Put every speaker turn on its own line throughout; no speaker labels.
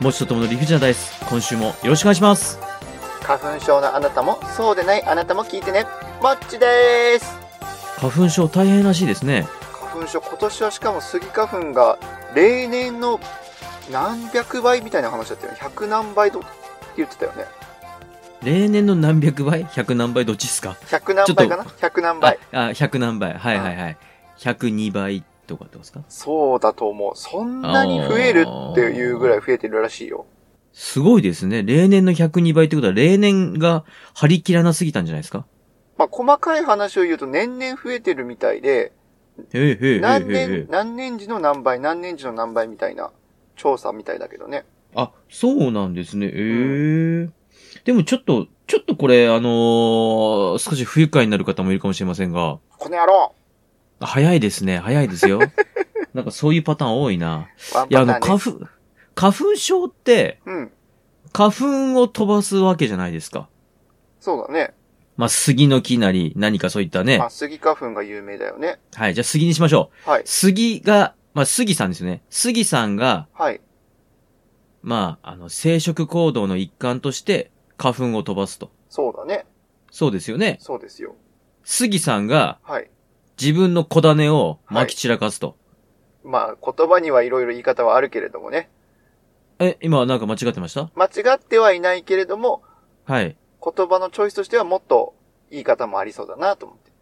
もちとともの理不尽なダイス、今週もよろしくお願いします。
花粉症のあなたもそうでないあなたも聞いてねマッチです
花粉症大変らしいですね。
花粉症今年はしかもスギ花粉が例年の何百倍みたいな話だったよね100何倍とって言ってたよね
例年の何百倍 ?100 何倍どっちですか
100何倍かな100何倍
あ、あ100何倍。はいはいはい。102倍とかってことですか
そうだと思うそんなに増えるっていうぐらい増えてるらしいよ
すごいですね。例年の102倍ってことは、例年が張り切らなすぎたんじゃないですか
まあ細かい話を言うと年々増えてるみたいで
へえへえへえ
何
へ
年
え。
何年時の何倍何年時の何倍みたいな調査みたいだけどね
あ、そうなんですね。ええでもちょっと、ちょっとこれ、あのー少し不愉快になる方もいるかもしれませんが、
この野郎
早いですね。早いです よ。なんかそういうパターン多いな。
ワン
いや、あ
パタ
の、
ーンね
花粉、花粉症って、
うん
花粉を飛ばすわけじゃないですか。
そうだね
まあ、杉の木なり、何かそういったね。
まあ、スギ花粉が有名だよね。
はい、じゃあ杉にしましょう。
はい。
杉が、まあ、杉さんですよね。杉さんが、
はい。
まあ、あの、生殖行動の一環として、花粉を飛ばすと。
そうだね。
そうですよね。
そうですよ。
杉さんが、
はい。
自分の小種を撒き散らかすと。
まあ、言葉にはいろいろ言い方はあるけれどもね。
え、今なんか間違ってました
間違ってはいないけれども、
はい。
言葉のチョイスとしてはもっと言い方もありそうだなと思って。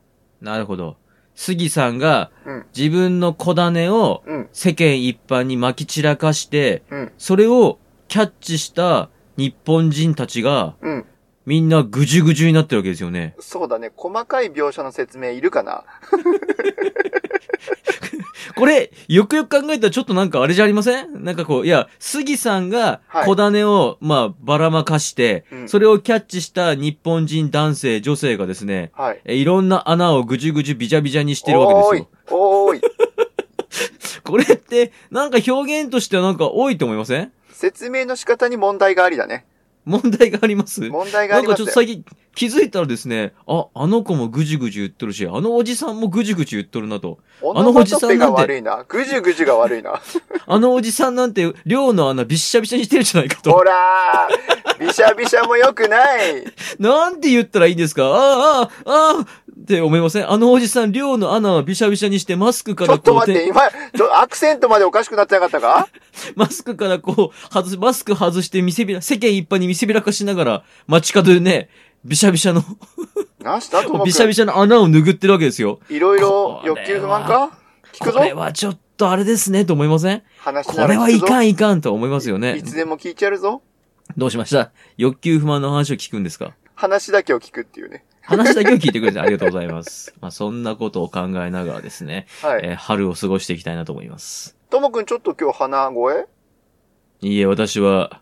なるほど。杉さんが
うん、
自分の小種を
うん。
世間一般に撒き散らかして、
うん。
それをキャッチした日本人たちが、
うん。
みんなぐじゅぐじゅになってるわけですよね。
そうだね。細かい描写の説明いるかな
これ、よくよく考えたらちょっとなんかあれじゃありませんなんかこう、いや、杉さんが
はい
小種を、まあ、ばらまかして、
うん
それをキャッチした日本人男性、女性がですね、
はい。
えいろんな穴をぐじゅぐじゅびじゃびじゃにしてるわけ
お
で
ー
す
い。おーい。
よ。これって、なんか表現としてはなんか多いと思いません
説明の仕方に問題があり だね。
問題があります
問題が
な
あ
ん
り
か
ま
ちょ
す
っと
ね。
最近気づいたらですね、あ、あの子もぐじゅぐじゅ言っとるし、あのおじさんもぐじゅぐじゅ言っとるなと。
オ
あの
ノ
お
マ
じ
ト
さんなんて
ペが悪いな。ぐじゅぐじゅが悪い な。
あのおじさんなんて、寮の穴びっしゃびしゃにしてるじゃないかと。
ほらーびしゃびしゃも良くない
なんて言ったらいいんですかああ、ああ、ああって思いませんあのおじさん、寮の穴はびしゃびしゃにして、マスクか
ちょ
ら
っと
こう
待って、
て、
今、ちょアクセントまでおかしくなってなかっ たか
マスクからこう、外す、マスク外して見せびら、世間一般に見せびらかしながら、街角でね、びしゃびしゃの、
なしだともく
びしゃびしゃの穴を拭ってるわけですよ。
いろいろ欲求不満か聞
こ
く
れ
ぞ
はちょっとあれですね、と思いません
話
こ
なら
れは
聞
い
くぞ
かんいかんと思いますよね
い。つでも聞いてやるぞ
どうしました欲求不満の話を聞くんですか
話だけを聞くっていうね。
話だけを聞いてくれてありがとうございます。 まあそんなことを考えながらですね、
はい。
えー春を過ごしていきたいなと思います。
ともくんちょっと今日鼻声
いいえ、私は、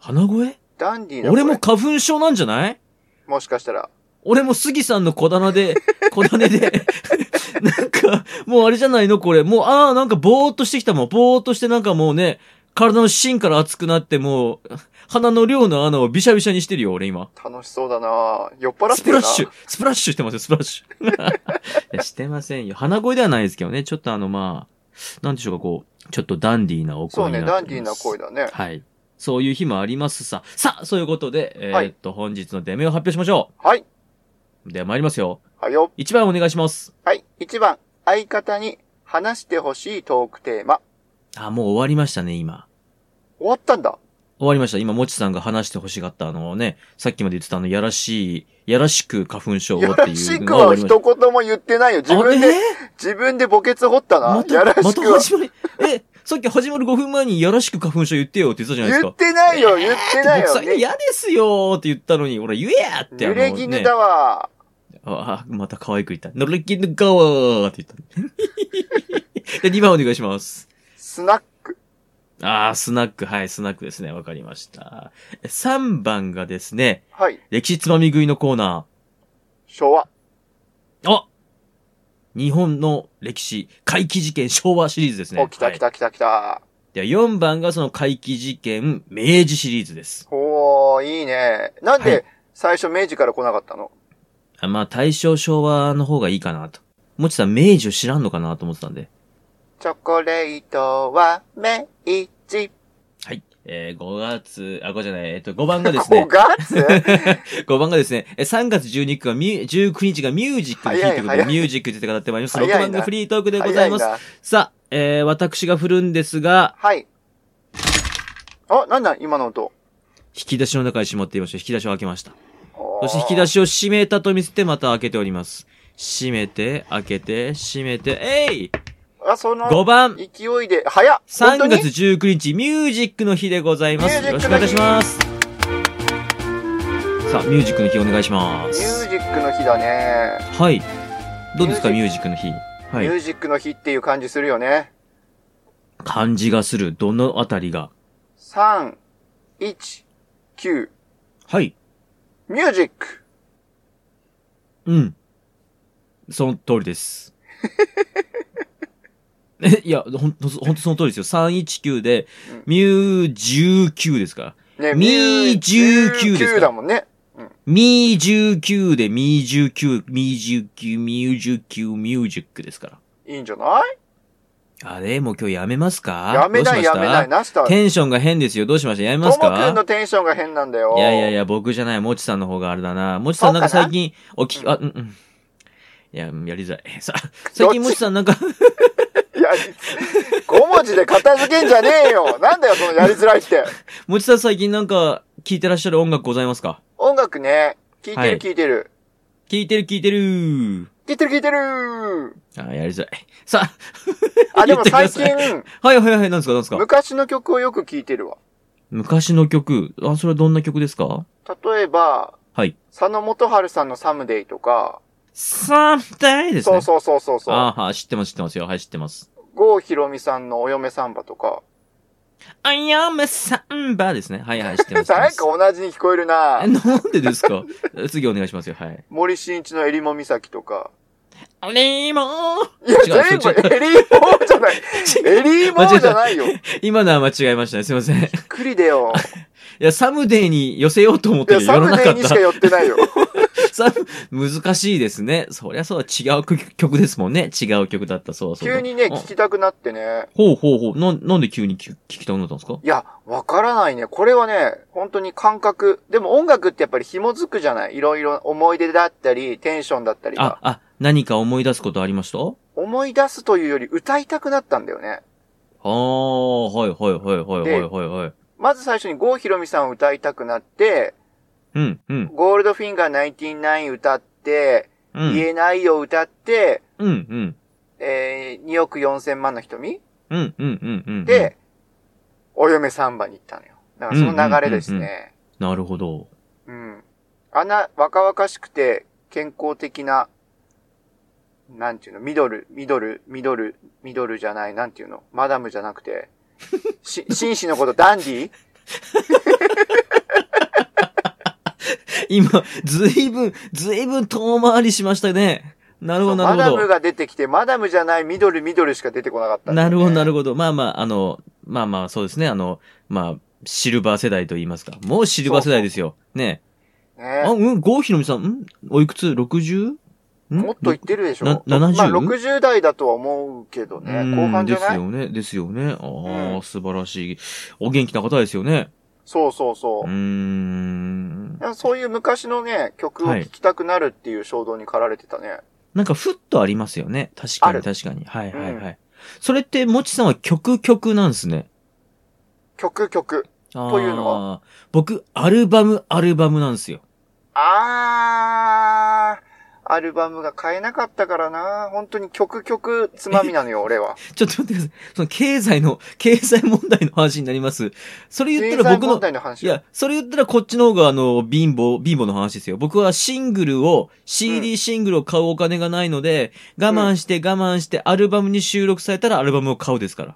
鼻声
ダンディーな声
俺も花粉症なんじゃない
もしかしたら。
俺も杉さんの小棚で、小種で、 なんか、もうあれじゃないのこれ。もう、ああ、なんかぼーっとしてきたもん。ぼーっとしてなんかもうね、体の芯から熱くなって、もう、鼻の量の穴をびしゃびしゃにしてるよ、俺今。
楽しそうだな酔っ払っ
ス
て
プ
る
ラ
な
ッシュスプラッシュしてますよ、スプラッシ ュ。いや、してませんよ。鼻声ではないですけどね。ちょっとあの、まあ、なんでしょうか、こう、ちょっとダンディーなお
そ
声
う
になっ
ね、
てお
ダ
ります
ンディーな声
だ。
だね。
はい。そういう日もありますさ。さあ、そういうことで、え
は
ー
い
っと、本日の出目を発表しましょ
はい。
う。では参りますよ。
はいよ。
1番お願いします。
はい。1番、相方に話してほしいトークテーマ。
あ、もう終わりましたね、今。
終わったんだ。
終わりました。今、もちさんが話して欲しがった、あのね、さっきまで言ってたあの、やらしい、やらしく花粉症をってい
や
うのが
らしくは
終わりました
一言も言ってないよ。自分
あ
で
えー
自分で墓穴掘ったな
ま。た、
やらし
ま
く
た
は。
始まり、え、さっき始まる5分前にやらしく花粉症言ってよって言ってたじゃないです
言っ
か。
てないよ、言ってない
僕
よ。
さっき
ね
嫌ですよーって言ったのに、俺言えやってあの、
濡れ
ね
衣、だわ。
ああ、また可愛く言った。濡れ衣ガワーって言った。で、2番お願い します。
スナック。
ああ、スナック、はい、スナックですね。わかりました。3番がですね、
はい。
歴史つまみ食いのコーナ
昭和。
ー。あ日本の歴史、怪奇事件昭和シリーズですね。
お、来た来
はい。
た来た来た。
では4番がその怪奇事件、明治シリーズです。
おー、いいね。なん
はい
で最初明治から来なかったの
あまあ、大正昭和の方がいいかなと。もちさん、明治を知らんのかなと思ってたんで。
チョコレートは明治。
えー、5月、あ、5じゃない、えっと、5番が ですね
5 、月
5番がですね、えー3月12日がミュ19日がミュージックの日ということ
早い
で、
早い
ミュージック出てからってまいります。
早
6
いな
番がフリートークでございます。
早な
さあ、えー、私が振るんですが、
はい。あ、なんだ今の音。
引き出しの中にしまっていました。引き出しを開けました。
そ
そして引き出しを閉めたと見せて、また開けております。閉めて、開けて、閉めて、えい
あ、その
!5 番
勢いで、早っ本当
!3
に
月19日、ミュージックの日でございます。
ミュ
よろ
ージ
し
ッ
くお願いい
クの日
たします。さあ、ミュージックの日お願いしま
ミュ
す。
ージックの日だね、
はい。どうですか、
ミ
ミュージックの日。は
ミュ
い。
ージックの日っていう感じするよね。
感じがする。どのあたりが。
3、1、9、
はい。
ミュージック。
うん。その通り です。え、いや、ほんと、ほんとその通りですよ。319で
うん、
ミュー19ですから。
ね、
ミー19ですか
だもんね。
ミー19で、ミー19、ミー19、ミュー19、ミュージックですから。
いいんじゃない
あれもう今日やめますか
やめな
ど
い、
う
や
しま
め
した
ない。なした。と
テンションが変ですよ。どうしましたやめま
も
す
くん
か
のテンションが変なんだよ。
いやいやいや、僕じゃない。もちさんの方があれだな。もちさんなんか
そうか
最
な
近、おき、あ、うんうん。いや、やりづらい。 さ、
どっ
最
ち
近もちさんなんか、
いや。5文字で片付けんじゃねえ よ。なんだよ、そのやりづらいって。
もちさん最近なんか、聴いてらっしゃる音楽ございますか
音楽ね、聞い
は
てる
い
聞いてる。
聴いてる聴いてる
聞いてる聞いてる。
あー、やりづらい。さあ、
あ、でも
言
最
ってください
近、
はいはいはい、なんですかなんですか
昔の曲をよく聞いてるわ。
昔の曲。あ、それはどんな曲ですか
例えば、
はい。
佐野元春さんのサムデイとか、
サムデイですね。
そうそうそうそうそう。
あーはい、知ってます知ってますよ。はい、知ってます。
郷ひろみさんのお嫁サンバとか、
あやめサンバですね。はいはい、知って ます。知って
な
ま
んか
す
同じに聞こえるな
え、なんでですか 次お願いしますよ。はい。
森進一の襟裳岬とか。
あれも
いや、
違う
全部
違う
襟裳じ ゃない。襟裳じゃないよ。びっ
今のは間違えましたね。すいません。い
くりだよ。
や、サムデイに寄せようと思っ
い
て
や、サ
寄ら
ム
な
デ
か
イ
っ
にしか
た。
寄って ないよ。
サム、難しいですね。そりゃそう、違う曲曲ですもんね。違う曲だった、そうそう。
急にね、
あ
聞きたくなってね。
ほうほうほう。なん、なんで急に聞き聞きたくなったんですか
いや、わからないね。これはね、本当に感覚。でも音楽ってやっぱり紐づくじゃないいろいろ思い出だったり、テンションだったり
あ
が。、
あ、何か思い出すことありました
思い出すというより歌いたくなったんだよね。
ああ、はいはいはいはいはいはいはい。
まず最初に郷ひろみさんを歌いたくなって、
うん、うん、
ゴールドフィンガー99歌って、
うん。
言えないよ歌って、
うん、うん。
えー、2億4千万の瞳
うん、うん、うん、うん。
で、お嫁サンバに行ったのよ。だからその流れですね。
なるほど。
うん。あんな若々しくて健康的な、なんていうの、ミドル、ミドル、ミドル、ミドルじゃない、なんていうの、マダムじゃな くて、し、紳士のことダンディ
今、ずいぶん、ずいぶん遠回りしましたね。なるほど、な
マ
る
ダ
ほ
ム
ど。
が出てきて、マダムじゃない、ミドル、ミドルしか出てこなかったんだ
な
よね、
るほど、なる
ほ
ほど。まあまあ、あの、まあまあ、そうですね。あの、まあ、シルバー世代と言いますか。もうシルバー世代ですよ。ね
ど。
え。
ね
あ、うん、郷ひろみさん、んおいくつ ?60? ん
もっといってるでしょ。
な
まあ、
70
60代だとは思うけどね。
うん
後半じゃな
です
い
よね、ですよね。ああ、
うん
素晴らしい。お元気な方ですよね。
そうそうそう
ー
う。
ん。
そういう昔のね、曲を
はい
聴きたくなるっていう衝動に駆られてたね。
なんか、ふっとありますよね。確か
ある
に、確かに。はい、はい、
う
はい。それって、もちさんは曲、曲なんですね。
曲、曲。
あ
というの
は僕、アルバム、アルバムなんですよ。
あー、アルバムが買えなかったからな。本当に曲、曲、つまみなの よ、俺は。
ちょっと待ってください。その経済の、経済問題の話になります。それ言っ
経
たら
済
僕
問
の、
題の話
いや、それ言ったらこっちの方があの、貧乏、貧乏の話ですよ。僕はシングルを、
う
CD シングルを買うお金がないので、我慢して我慢してアルバムに収録されたらアルバムを買うですから。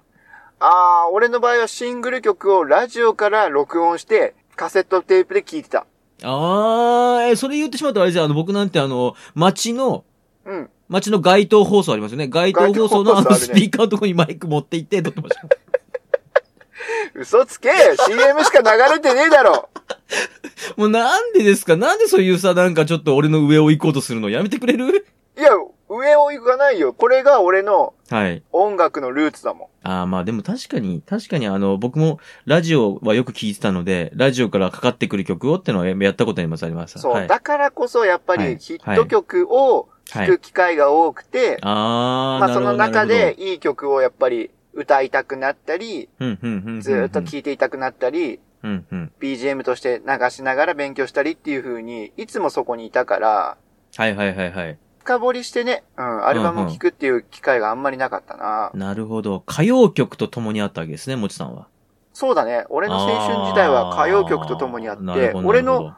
あー、俺の場合はシングル曲をラジオから録音して、カセットテープで聴いてた。
あー、え、それ言ってしまうとあれですよ。あの、僕なんてあの、街の、
うん。
街の街頭放送ありますよね。街頭放送のあ
街頭放送
の
あるね
スピーカーのとこにマイク持って行って撮ってました。
嘘つけ !CM しか流れてねえだろ
もうなんでですかなんでそういうさ、なんかちょっと俺の上を行こうとするのやめてくれる
いや、上を行かないよ。これが俺の
はい。
音楽のルーツだも
ああ、まあでも確かに、確かにあの、僕もラジオはよく聞いてたので、ラジオからかかってくる曲をってのはややったことあります、あります。
ん。そう。
はい、
だからこそやっぱ
はい
りヒット曲を
は
聴
い
く機会が多くて、
ああ、
まあその中
なる
でいい曲をやっぱり歌いたくなったり、
ほど、なるほどうんうんうんうんうん
ずーっと聴いていたくなったり、
うんうん。
BGM として流しながら勉強したりっていう風に、いつもそこにいたから、
はいはいはいはい。
深掘りしてね、うん、アルバムを聴くっていう機会があんまりなかったな。
なるほど。歌謡曲と共にあったわけですね、もちさんは。
そうだね。俺の青春時代は歌謡曲と共にあっ
ーなる
て、
ほど
俺、
なるほ
の
ど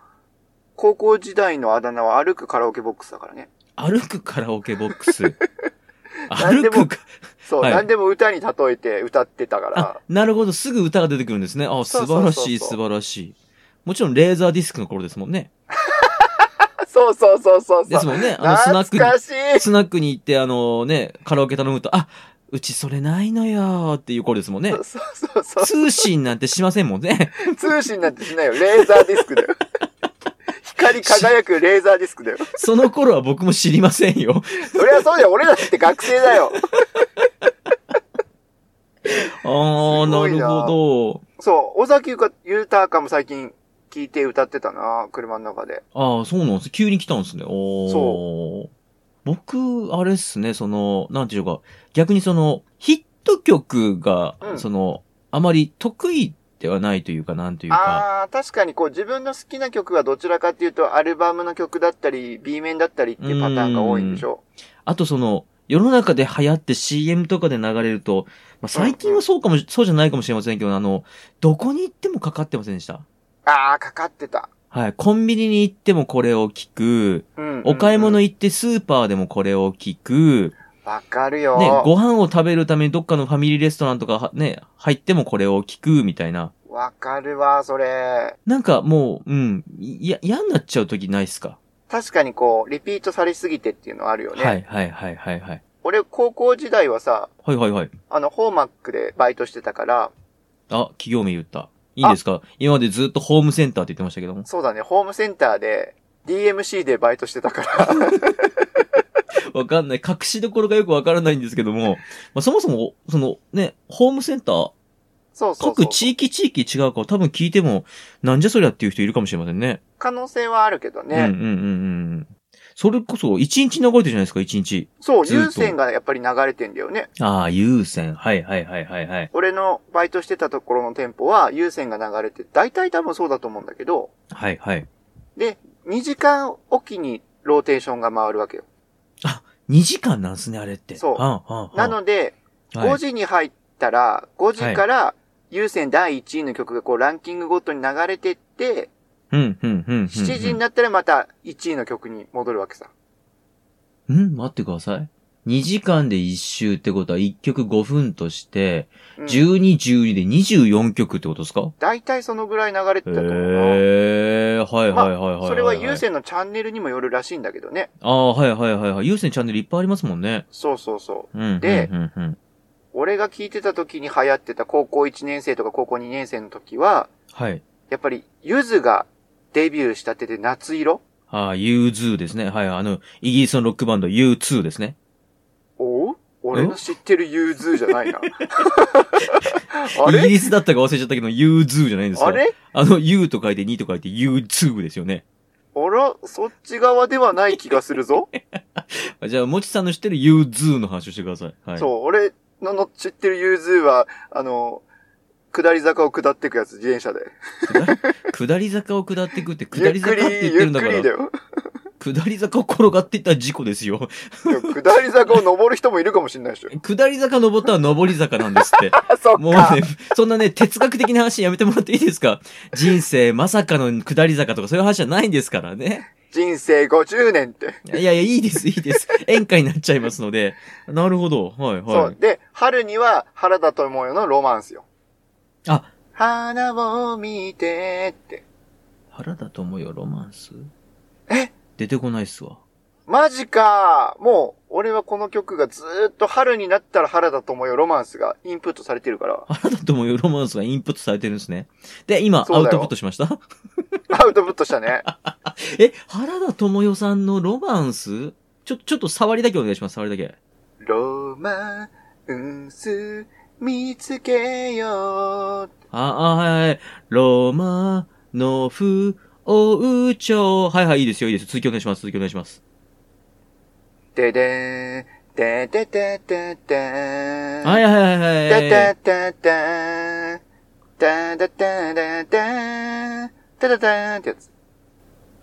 高校時代のあだ名は歩くカラオケボックスだからね。
歩くカラオケボックス。
何で
歩
も
くか、
そう、
はい
何でも歌に例えて歌ってたか
あ
ら、、
なるほど。すぐ歌が出てくるんですね。あ、
そ
素晴
うそうそ
ら
うそう
しい、素晴らしい。もちろん、レーザーディスクの頃ですもんね。
そうそうそうそう
で
そ
す
う。
もんね。あの、スナック
懐
に
かしい
スナックに行って、あのね、カラオケ頼むと、あ、うちそれないのよーっていう頃ですもんね
そ。うそうそう
通信なんてしませんもんね。
通信なんてしないよ。レーザーディスクだよ。光り輝くレーザーディスクだよ。
その頃は僕も知りませんよ。
そりゃそうだよ。俺だって学生だよ。
ああ、
す
な
ごい
る
な
ほ
そう、尾崎豊かも最近聞いて歌ってたな、車の中で。
ど。ああ、そうなんです。急に来たんですね。お
そ
そう。僕、あれっすね、その、なんていうか、逆にその、ヒット曲が、
うん
その、あまり得意ではないというか、なんというか。
ああー、確かにこう自分の好きな曲はどちらかっていうとアルバムの曲だったり B 面だったりっていうパターンが多いんでしょ
あとその、世の中で流行って CM とかで流れると、まあ、最近はそうかもし、そうじゃないかもしれませんけど、あの、どこに行ってもかかってませんでした。
ああ、かかってた。
はい。コンビニに行ってもこれを聞く。
うん。
お買い物
うん
行ってスーパーでもこれを聞く。
わかるよ。
ね、ご飯を食べるためにどっかのファミリーレストランとかはね、入ってもこれを聞くみたいな。
わかるわ、それ。
なんかもう、うん、いや、嫌になっちゃう時ないっすか、
確かにこう、リピートされすぎてっていうのはあるよね。
はいはいはいはいはい。
俺、高校時代はさ、
はいはいはい。
あの、ホーマックでバイトしてたから、
あ、企業名言った。いいんですか今までずっとホームセンターって言ってましたけども。
そうだね、ホームセンターで DMC でバイトして たから。
わかんない。隠しどころがよくわからないんですけども。まあ、そもそも、そのね、ホームセンター、
そうそうそう。
各地域地域違うから多分聞いても、なんじゃそりゃっていう人いるかもしれませんね。
可能性はあるけどね。
うんうんうんうん。それこそ、一日流れてるじゃないですか、一日。
そう、
ずっと
優先がやっぱり流れてんだよね。
ああ、優先。はいはいはいはいはい。
俺のバイトしてたところの店舗は優先が流れて、大体多分そうだと思うんだけど、
はいはい。
で、2時間おきにローテーションが回るわけよ。
2時間なんすね、あれって。
そう
はあはあはあ
なので、
はい
5時に入ったら、5時から優先第1位の曲がこうランキングごとに流れてって、
うん、うん、うんうん。うん
7時になったらまた1位の曲に戻るわけさ。
うん、待ってください。2時間で1周ってことは1曲5分として、
うん
12、12で24曲ってことですか
大体そのぐらい流れて
へ
たと思う
え、はいはいはいはいはい、
な。
はい。
それは優先のチャンネルにもよるらしいんだけどね。
ああ、はいはいはいはい。優先チャンネルいっぱいありますもんね。
そうそうそう。
うん。
で
うんうんうん、
俺が聞いてた時に流行ってた高校1年生とか高校2年生の時は、
はい。
やっぱりゆずがデビューしたてで夏色
ああ、U2 ですね。はい。あの、イギリスのロックバンド U2 ですね。
おう俺の知ってるゆずじ ゃないな。あ
イギ
れ
リスだったか忘れちゃったけど U2 じゃないんですよ。
あれ
あの U と書いて2と書いて U2 ですよね。
あら、そっち側ではない気がするぞ。
あじゃあ、もちさんの知ってる U2 の話をしてください。はい。
そう、俺のの知ってるゆずは、あの、下り坂を下ってくやつ、自転車で。
下り坂を下っていくって、
ゆ
下
っ
り
く
坂っ
り、
て言って
ゆ
る
っ
んだか
く
ら
りだ、よ。
下り坂を転がっていったら事故ですよ。
でも下り坂を登る人もいるかもしれないでしょ。
下り坂登ったら上り坂なんですって。
あ、そっ
もう
か。
ね、そんなね、哲学的な話やめてもらっていいですか人生まさかの下り坂とかそういう話じゃないんですからね。
人生50年って。
いやいや、いいです、いいです。演歌になっちゃいますので。なるほど。はい、
そ
は
う
い。。
で、春には原田智世のロマンスよ。
あ、
花を見てって。
原田智世ロマンス
え
出てこないっすわ。
マジかもう、俺はこの曲がずーっと春になったら原田智世ロマンスがインプットされてるから、
原田智世ロマンスがインプットされてるんですね。で、今、
そ
ア
う
ウ
だよ
トプットしました
アウトプットしたね。
え、原田智世さんのロマンスちょ、ちょっと触りだけお願いします、触りだけ。
ロマンス見つけよう。
あ、あ、はいはい。ロマノフ、オウチョはいはい、いいですよ、いいですよ。続きお願いします、続きお願いします。
ででーん、でででででーん。
はいはいはい
で
はい。
でででーん。でででででーん。でででーんってやつ。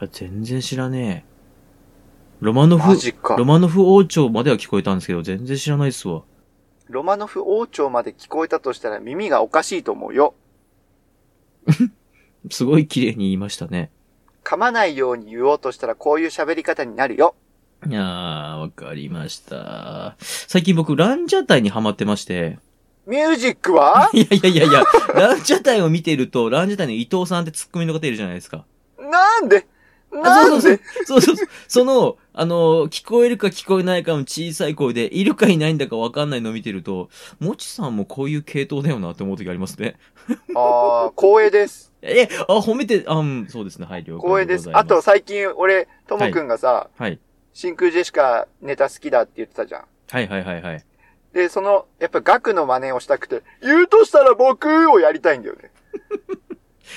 あ全然知らねえ。ロマノフ
マ、ジか
ロ。マノフ王朝までは聞こえたんですけど、全然知らないっすわ。
ロマノフ王朝まで聞こえたとしたら耳がおかしいと思うよ。
すごい綺麗に言いましたね。
噛まないように言おうとしたらこういう喋り方になるよ。
いやー、わかりました。最近僕、ランジャタイにハマってまして。
ミュージックはい
やいやいやいや、ランジャタイを見てると、ランジャタイの伊藤さんってツッコミの方いるじゃないですか。
なんで
あ
なん
そう
で
そうそう。そうそうそう。その、あの、聞こえるか聞こえないかの小さい声で、いるかいないんだかわかんないのを見てると、もちさんもこういう系統だよなって思う時ありますね。
ああ、光栄です。
え、あ、褒めて、あ、うん、そうですね。はい、了解
光栄で
ご
す。
ざいま
あと、最近俺、ともくんがさ、
はい。
真空ジェシカネタ好きだって言ってたじゃん。
はいはいはいはい。
で、その、やっぱ額の真似をしたくて、言うとしたら僕をやりたいんだよ ね。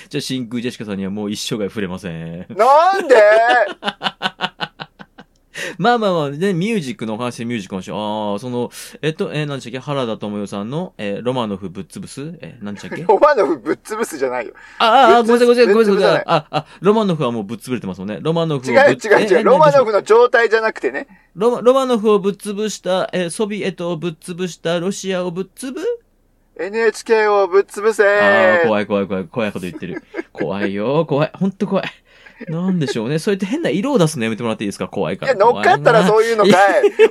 じゃあ、真空ジェシカさんにはもう一生涯触れません。
なんで
まあまあまあ、ね、ミュージックのお話、ミュージックの話。ああ、その、えっと、えー、何でしたっけ原田智代さんの、えーロマノフぶっ潰すえー、何でしたっけあ
ロマノフぶっ潰すじゃないよ。
あ、あーごめんなさい、ごめんなさい、ごめんなさいごめ
ぶっ潰
んな
さな
さ
い
い。あ、あ、ロマノフはもうぶっ潰れてますもんね。ロマノフ
違う
をぶっえ
違う
ー
違う。
えー
ロマ
何でし
ノ
たっけ
フの状態じゃなくてね。
ロマロマノフをぶっ潰した、えーソビエトをぶっ潰した、ロシアをぶっ潰
NHK をぶっ潰せ
ああ、
ー。
怖い怖い怖い、怖いこと言ってる。 怖いよ、怖い。ほんと怖い。なんでしょうね。そうやって変な色を出すのやめてもらっていいですか怖い
い
から。
や、乗っかったら
う。
そういうのかい。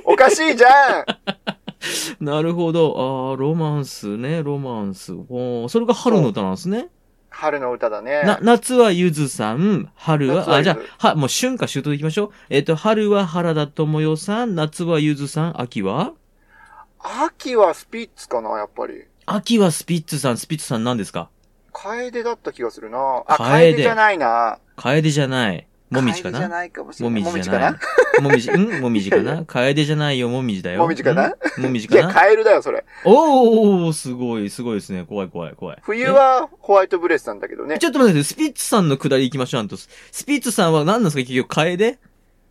おかしいじゃん。
なるほど。ああ、ロマンスね、ロマンス。おーそれが春の歌なんですね。
春の歌だね。
な、夏はゆずさん、春
夏
は、
はゆ
あ、
ず
じゃあ、は、もう春夏秋冬でいきましょう。えっ、と、春は原田智代さん、夏はゆずさん、秋は
秋はスピッツかな、やっぱり。
秋はスピッツさん、スピッツさん何ですか
楓だった気がするな。あ、
楓
楓じゃないな。
楓じゃない。もみじか
楓じゃ
な
ないかもしれ
も
ない。
み
もみ
じじ
じか
ゃ
な
ない。もみじ、んもみじかな楓じゃないよ、もみじだよ。
もみじかなん
もみじ
い
か
や、
な
カエルだよ、それ。
おー、すごい、すごいですね。怖い怖い怖い。
冬はホワイトブレスなんだけど
え
ね。
ちょっと待ってください、スピッツさんの下り行きましょう、あんと。スピッツさんは何なんですか結局、楓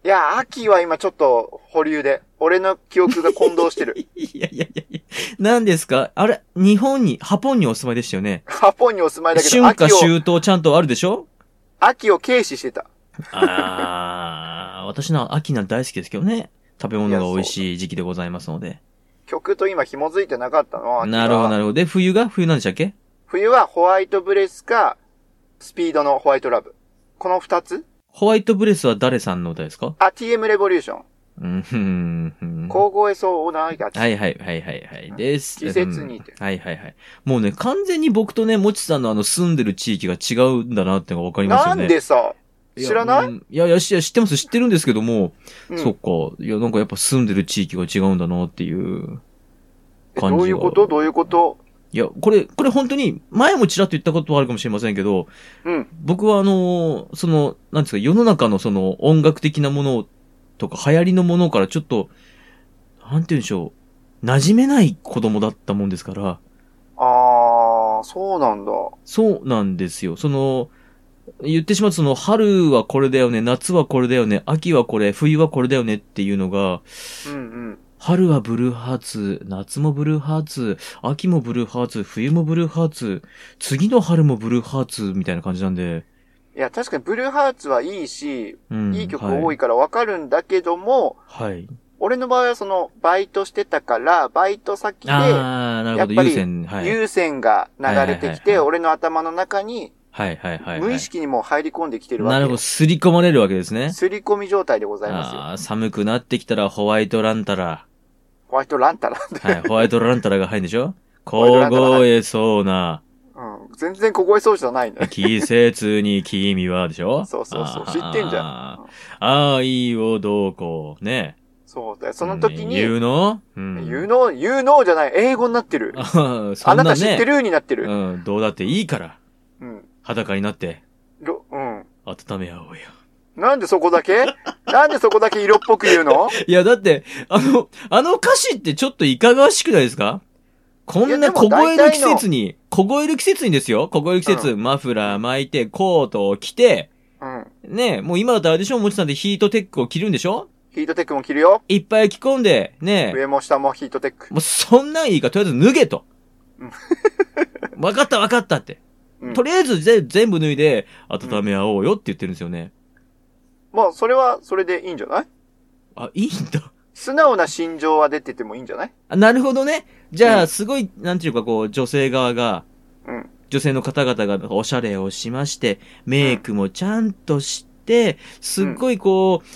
いや、秋は今ちょっと保留で、俺の記憶が混同してる。
いやいやいやいや。何ですかあれ、日本に、ハポンにお住まいでしたよね。
ハポンにお住まいだけ
春
ど、
夏
秋を、
秋冬ちゃんとあるでしょ
秋を軽視してた。
あー、私の秋なんて大好きですけどね。食べ物が美味しい時期でございますので。
曲と今紐づいてなかったの。秋が
なるほど、なるほど。で、冬が冬なんでしたっけ
冬はホワイトブレスか、スピードのホワイトラブ。この二つ
ホワイトブレスは誰さんの歌ですか
あ、TM レボリューション。
うん、ふん、ふん。
高校へそうないがち。
はいはいはいはいはい。です。
季節にて
うんはいはいはい。もうね、完全に僕とね、もちさんのあの住んでる地域が違うんだなってのがわかります
な
よね。
んでさ、
や
知らない
うんいやいや、知知ってます、知ってるんですけども、
うん
そっか。いや、なんかやっぱ住んでる地域が違うんだなっていう
え
感じが。
どういうことどういうこと
いや、これ、これ本当に、前もちらっと言ったことはあるかもしれませんけど、
うん。
僕はあのーその、なんですか、世の中のその音楽的なものとか流行りのものからちょっと、なんて言うんでしょう、馴染めない子供だったもんですから、
あー、そうなんだ。
そうなんですよ。その、言ってしまうとその、春はこれだよね、夏はこれだよね、秋はこれ、冬はこれだよねっていうのが、
うんうん。
春はブルーハーツ、夏もブルーハーツ、秋もブルーハーツ、冬もブルーハーツ、次の春もブルーハーツみたいな感じなんで、
いや、確かにブルーハーツはいいし、
うん。
いい曲多
い。
いからわかるんだけども、
はい。
俺の場合はその、バイトしてたから、バイト先で、
あー、なるほど、
やっぱ
優
り
先。はい。はい
有線が流れてきて、
はいはいはいはい
俺の頭の中に、
はいはいはい。
無意識にもう入り込んできてるわけ。
なるほど、すり込まれるわけですね。
すり込み状態でございますよ。
あー、寒くなってきたらホワイトランタラ。
ホワイトランタランで。
はい、ホワイトランタラが入るんでしょ
ホワイトランタラ
凍えそうな
うん、全然凍えそうじゃないね。
季節に君はでしょ
そうそうそう
あー
知ってんじゃん
愛をどうこう、ね。
そうだよ。その時に、
言うのうん。
言うの、言うのじゃない。英語になってる。
あーそ
あ
んな
な
ね。
た知ってるになってる。
うん、どうだっていいから。
うん。
裸になって、
ろうん。
温め合おうよ。
なんでそこだけ なんでそこだけ色っぽく言うの
いや、だって、あの、あの歌詞ってちょっといかがわしくないですかこん
いやで
な
も
凍える季
大
節に、凍える季節にですよ凍える季節、マフラー巻いて、コートを着て、
うん。
ねえ、もう今だったらあれでしょもちさんでヒートテックを着るんでしょ
ヒートテックも着るよ。
いっぱい着込んで、ねえ、
上も下もヒートテック。
もうそんなんいいから、とりあえず脱げと
うん。
わかったわかったって。
うん
とりあえずぜ全部脱いで、温め合おうよって言ってるんですよね。
まあ、それは、それでいいんじゃない
あ、いいんだ。
素直な心情は出ててもいいんじゃない
あなるほどね。じゃ
う
あ、すごい、なんていうかこう、女性側が、
うん。
女性の方々がおしゃれをしまして、メイクもちゃんとして、すっごいこう、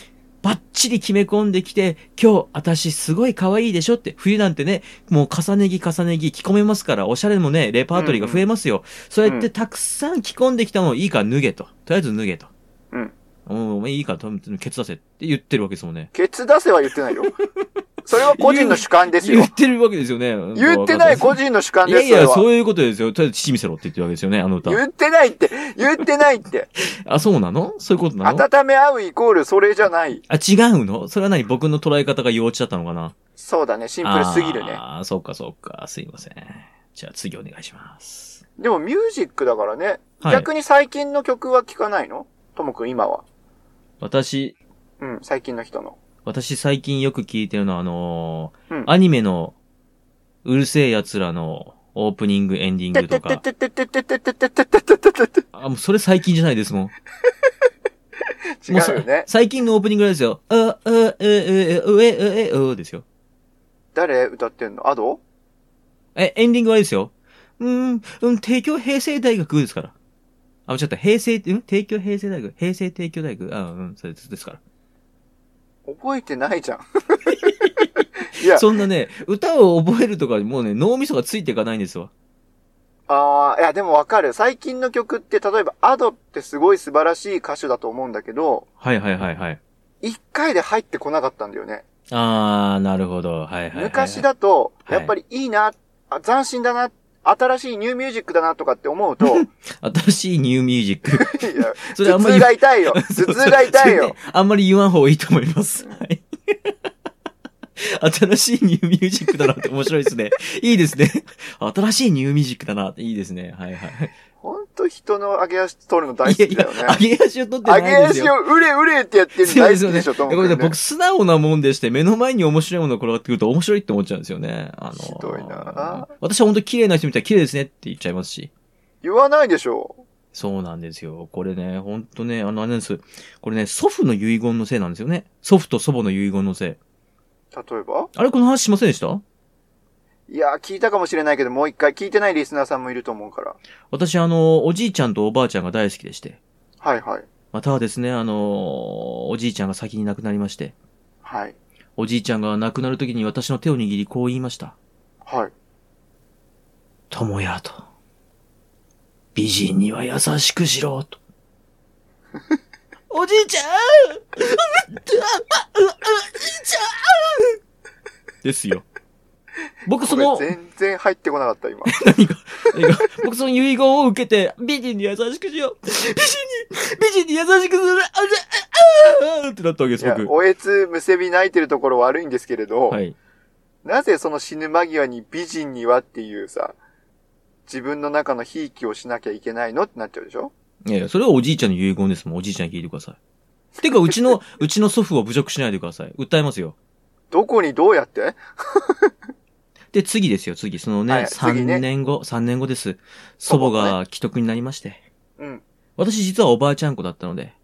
バッチリ決め込んできて、今日私すごい可愛いでしょって、冬なんてね、もう重ね着重ね着着込めますから、おしゃれもね、レパートリーが増えますよ。そうやってたくさん着込んできたのをいいから脱げと。とりあえず脱げと。
うん。
うん、いいからと、ケツ出せって言ってるわけですもんね。
ケツ出せは言ってないよ。それは個人の主観です
言
よ
っ。てるわけですよね。
言ってない個人の主観
い
で
やい
す、それ
や、
は。
そういうことですよ。とりあえず乳見せろって言ってるわけですよね、あの歌。
言ってないって、言ってないって。
あ、そうなのそういうことなの
温め合うイコールそれじゃない。
あ、違うのそれは何僕の捉え方が幼稚だったのかな
そうだね、シンプルすぎるね。
ああ、そっかそっか。すいません。じゃあ次お願いします。
でもミュージックだからね。
はい
逆に最近の曲は聴かないのともくん今は。
私、
うん、最近の人の。
私最近よく聞いてるのは、あのー
うん
アニメの、うるせえ奴らのオープニング、エンディン
て
グ
て
と
て
か。
てててててててててててて
あ、もうそれ最近じゃないですもん。
違
もうさ
うよね。
最近のオープニングですよ。あ、あ、え、え、え、え、え、え、え、ですよ。
誰歌ってんのアド
え、エンディングはあれですよ。うーん、うん、帝京平成大学ですから。あ、間違った。平成、うん帝京平成大学。平成帝京大学。あ、うん、それですですから。
覚えてない じゃん。いや、
そんなね、歌を覚えるとか、もうね、脳みそがついていかないんですわ。
ああ、いやでもわかる。最近の曲って、例えばアドってすごい素晴らしい歌手だと思うんだけど、
はいはいはいはい。
一回で入ってこなかったんだよね。
あー、なるほど。はいはいはい、はい。
昔だと、
はい
やっぱりいいな、あ斬新だな、新しいニューミュージックだなとかっ て思うと、い
新しいニューミュージック。
や、
それあ
頭
んまり
痛が痛いよ。頭痛が痛い
それ
よ
ね。あんまり言わん方がいいと思います。はい。新しいニューミュージックだなって面白いですね。いいですね。新しいニューミュージックだなっていいですね。はいはい。
ほんと人の上げ足取るの大
いや
好
い
きだよ
や、
ね。
上げ足を取ってな
上げ
いんです
足
よ。
をうれうれってやってるの大好きでしょ、
すい
と
ません
も
いやこれ
く
ね
んね
僕。素直なもんでして、目の前に面白いものが転がってくると面白いって思っちゃうんですよね。あの
ひどいな
私は本当綺麗な人見たら綺麗ですねって言っちゃいますし。
言わないでしょ。
そうなんですよ。これね、本当ね、あの、あれなんです。これね、祖父の遺言のせいなんですよね。祖父と祖母の遺言のせい。
例えば
あれ、この話しませんでした
いや、聞いたかもしれないけど、もう一回聞いてないリスナーさんもいると思うから。
私、あの、おじいちゃんとおばあちゃんが大好きでして。
はいはい。
またはですね、あの、おじいちゃんが先に亡くなりまして。
はい。
おじいちゃんが亡くなる時に私の手を握り、こう言いました。
はい。
友やと。美人には優しくしろと。おじいちゃんうっうっうっうっおじいちゃんですよ。僕その
こ、れ全然入ってこな かった、今。
何が何が僕その遺言を受けて、美人に優しくしよう。美人に、美人に優しくする。あ、あ、あ、あってなったわけで
い
す、
や、
僕。
おえつむせび泣いてるところ悪いんですけれど、
はい。
なぜその死ぬ間際に美人にはっていうさ、自分の中のひいきをしなきゃいけないのってなっちゃうでしょ
いやいや、それはおじいちゃんの遺言ですもん。おじいちゃんに聞いてください。てか、うちの、うちの祖父を侮辱しないでください。訴えますよ。
どこにどうやって
で、次ですよ、次。その
はい
ね、
次
三
ね
3年後、3年後です。
祖
祖
母
母
がね
が既得になりまして。
うん。
私実はおばあちゃん子だったので。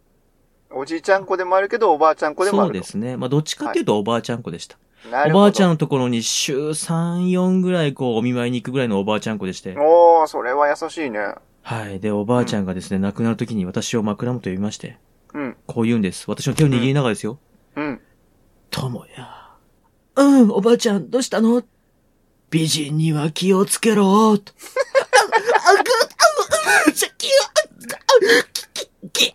おじいちゃん子でもあるけど、おばあちゃん子でもあ
そう
ると。
ですね。まあ、どっちかっていうとおばあちゃん子でした。
なる
お
ほど。
ばあちゃんのところに週3、4ぐらいこう、お見舞いに行くぐらいのおばあちゃん子でして。
おー、それは優しいね。
はい。で、おばあちゃんがですね、亡くなる時に私を枕元呼びまして、
うん。
こう言うんです。私の手を握りながらですよ。
うん。
ともや。うん、おばあちゃん、どうしたの美人には気をつけろと。あ、あ、ぐ、あ、う、気を、き、き、き、っ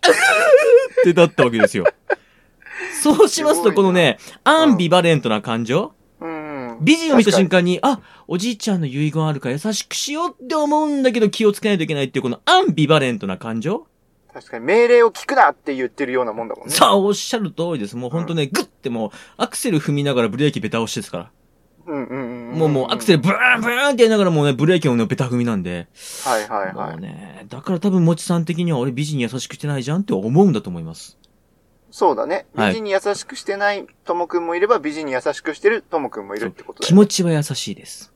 てなったわけですよ。そうしますと、
すごいな
このね、アンビバレントな感情、
うん。
美人を見た瞬
間。
間に、あ、おじいちゃんの遺言あるから優しくしようって思うんだけど気をつけないといけないっていうこのアンビバレントな感情
確かに命令を聞くなって言ってるようなもんだもんね。
さあ、おっしゃる通りです。もうほんとね、グッてもう、アクセル踏みながらブレーキベタ押しですから。
うんうんうん。
もうもうアクセルブーンブーンってやりながらもうね、ブレーキをね、ベタ踏みなんで。
はいはいは
もう
い。
ね、だから多分、もちさん的には俺美人に優しくしてないじゃんって思うんだと思います。
そうだね。
はい
美人に優しくしてないともくんもいれば、美人に優しくしてるともくんもいるってことだ
気
よ。
持ちは優しいです。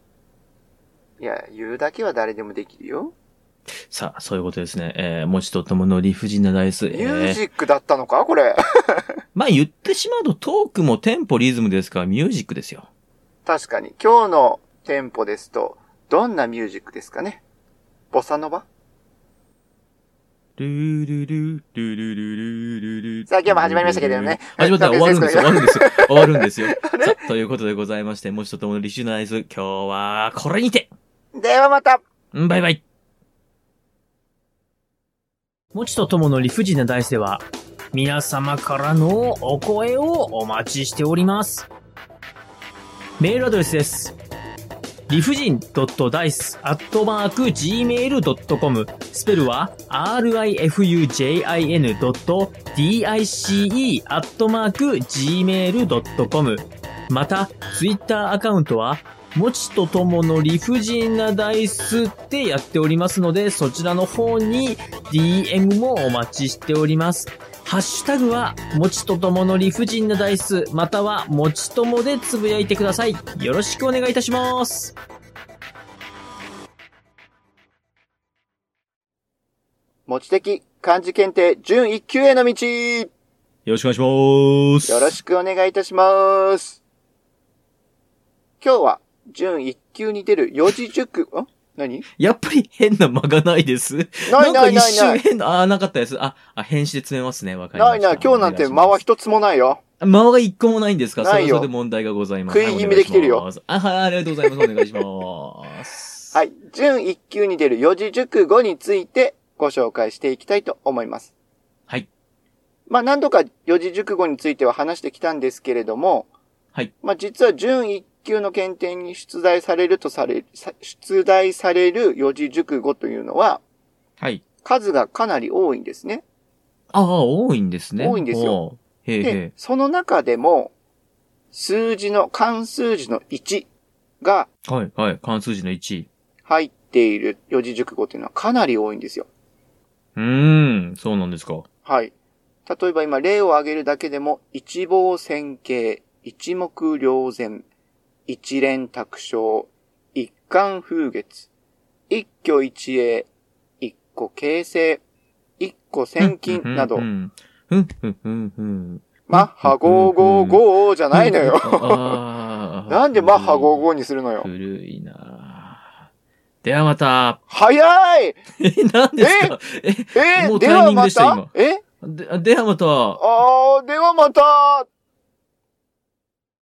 いや、言うだけは誰でもできるよ。
さあ、そういうことですね。えー、もちと友の理不尽なダイス。え
ミュー
ー、
ジックだったのかこれ。
まあ言ってしまうとトークもテンポリズムですから、ミュージックですよ。
確かに。今日のテンポですと、どんなミュージックですかねボサノバ
ルールルールルルルルルル
さあ今日も始まりましたけれどもね
始まったら終わるんですよ。
は
終わるんですよ。終わるんです よ。さあということでございまして、もちととものリシュナイス、今日はこれにて
ではまた
うんバイバイもちとともの理不尽な大スでは、皆様からのお声をお待ちしております。メールアドレスです。理不尽 d i c e g m a i l c o m スペルは rifujin.dice g m a i l c o m また、ツイッターアカウントは、もちとともの理不尽なダイスってやっておりますので、そちらの方に DM もお待ちしております。ハッシュタグは、もちとともの理不尽なダイス、または、もちともでつぶやいてください。よろしくお願いいたします。
持ち的漢字検定準1級への道よ
よろしくお願いします。
ろしくお願いいたします。今日は、準1級に出る四字熟、ん何
やっぱり変な間がないです。
ないな
んか一
いないな
瞬
い。
変な、あー、なかったです。あ、あ、編集で詰めますね。わかりま
な
し
い
た。
ない、今日なんて間
お願
はい
し
一つもないよ。
ます。間は一個もないんですか
ないよ
それはそれで問題がございます。
食い気味で来てるよ
はいお願いしますあ、はい、ありがとうございます。お願いします。
はい。準1級に出る四字熟語についてご紹介していきたいと思います。
はい。
まあ何度か四字熟語については話してきたんですけれども、
はい。
まあ実は準1級の検定に出題されるとされる、さ出題される四字熟語というのは
はい。
数がかなり多いんですね。
ああ、多いんですね。
多いんですよ
おう。へえへ
で
え、。
その中でも数字の、漢数字の1が
はい、はい。関数字の1。
入っている四字熟語というのはかなり多いんですよ。
うーん、そうなんですか。
はい。例えば今、例を挙げるだけでも、一望線形、一目瞭然、一連卓章、一貫風月、一挙一栄、一個形成、一個千金など
う、ん、うん、うん、うん、うん。
マッハ555じゃないのよ。
ああ
なんでマッハ55にするのよ。
古いなぁではまた。
早い
え、何ですかえ
え
もう
で
タイ
は
ミングで
ま
した
たえ
で、ではまた。
あー、ではまた